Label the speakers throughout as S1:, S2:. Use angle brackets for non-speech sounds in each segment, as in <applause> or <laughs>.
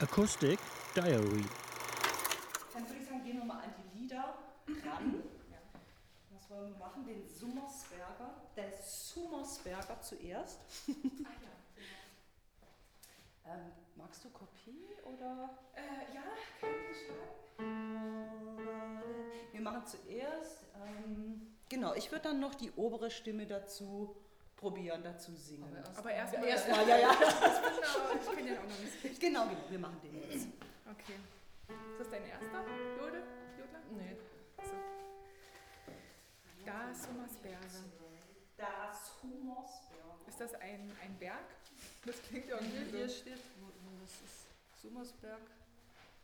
S1: Acoustic Diary.
S2: Dann würde ich sagen, gehen wir mal an die Lieder <clears throat> ran. Was wollen wir machen? Den Summersberger. Der Summersberger <laughs> zuerst. genau. Ähm, magst du Kopie oder? Äh, ja, kann ich schlagen. Wir machen zuerst. Ähm, genau, ich würde dann noch die obere Stimme dazu probieren, dazu singen.
S3: Aber erstmal. <laughs>
S2: Erstmal, ja, <laughs> ja.
S3: Ich kenne den auch noch nicht.
S2: Genau, genau, wir machen den jetzt.
S3: Okay. Ist das dein erster Jodel? Jodler? Nee. So. Da Summersberge.
S2: Das Humorsberger.
S3: Ist das ein, ein Berg? Das klingt irgendwie
S4: Hier
S3: so.
S4: steht, wo, wo das ist, Summersberg,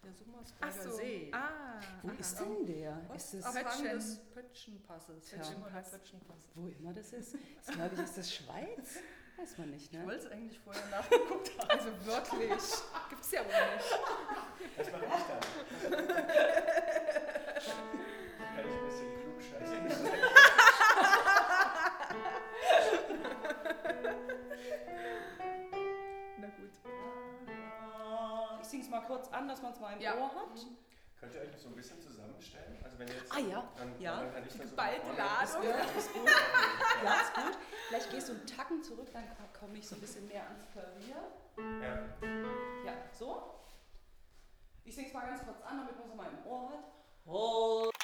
S4: der
S3: Ach
S4: Summersberger
S3: so.
S4: See.
S3: Ah.
S2: Wo
S3: aha.
S2: ist denn der?
S4: Was?
S2: Ist es
S3: Aber-
S4: Fang
S3: Pötschen.
S4: des Pötschenpasses.
S3: Pötschen-
S4: Ja.
S3: Pass.
S4: Pötschenpass.
S2: wo immer das ist? Ist, glaube ich, ist das Schweiz? Weiß man nicht,
S4: Ich
S2: ne?
S4: wollte es eigentlich vorher nachgeguckt haben.
S3: Also wirklich. Gibt's ja wohl nicht.
S5: Das mache ich dann. Kann ich ein bisschen klug
S2: <laughs>
S5: scheißen.
S3: Na gut.
S2: Ich sing's mal kurz an, dass man es mal im
S3: Ja.
S2: Ohr hat.
S5: Könnt ihr euch so ein bisschen zusammenstellen? Also wenn ihr jetzt,
S2: Ah, ja.
S5: Dann,
S2: Ja.
S5: dann kann ich das so
S3: Geballte
S5: vorne-
S3: Ladung.
S2: Ja, ist gut. Vielleicht gehst du einen Tacken zurück, dann komme ich so ein bisschen mehr ans Klavier.
S5: Ja.
S2: Ja, so. Ich sing's mal ganz kurz an, damit man es mal im Ohr hat. Oh.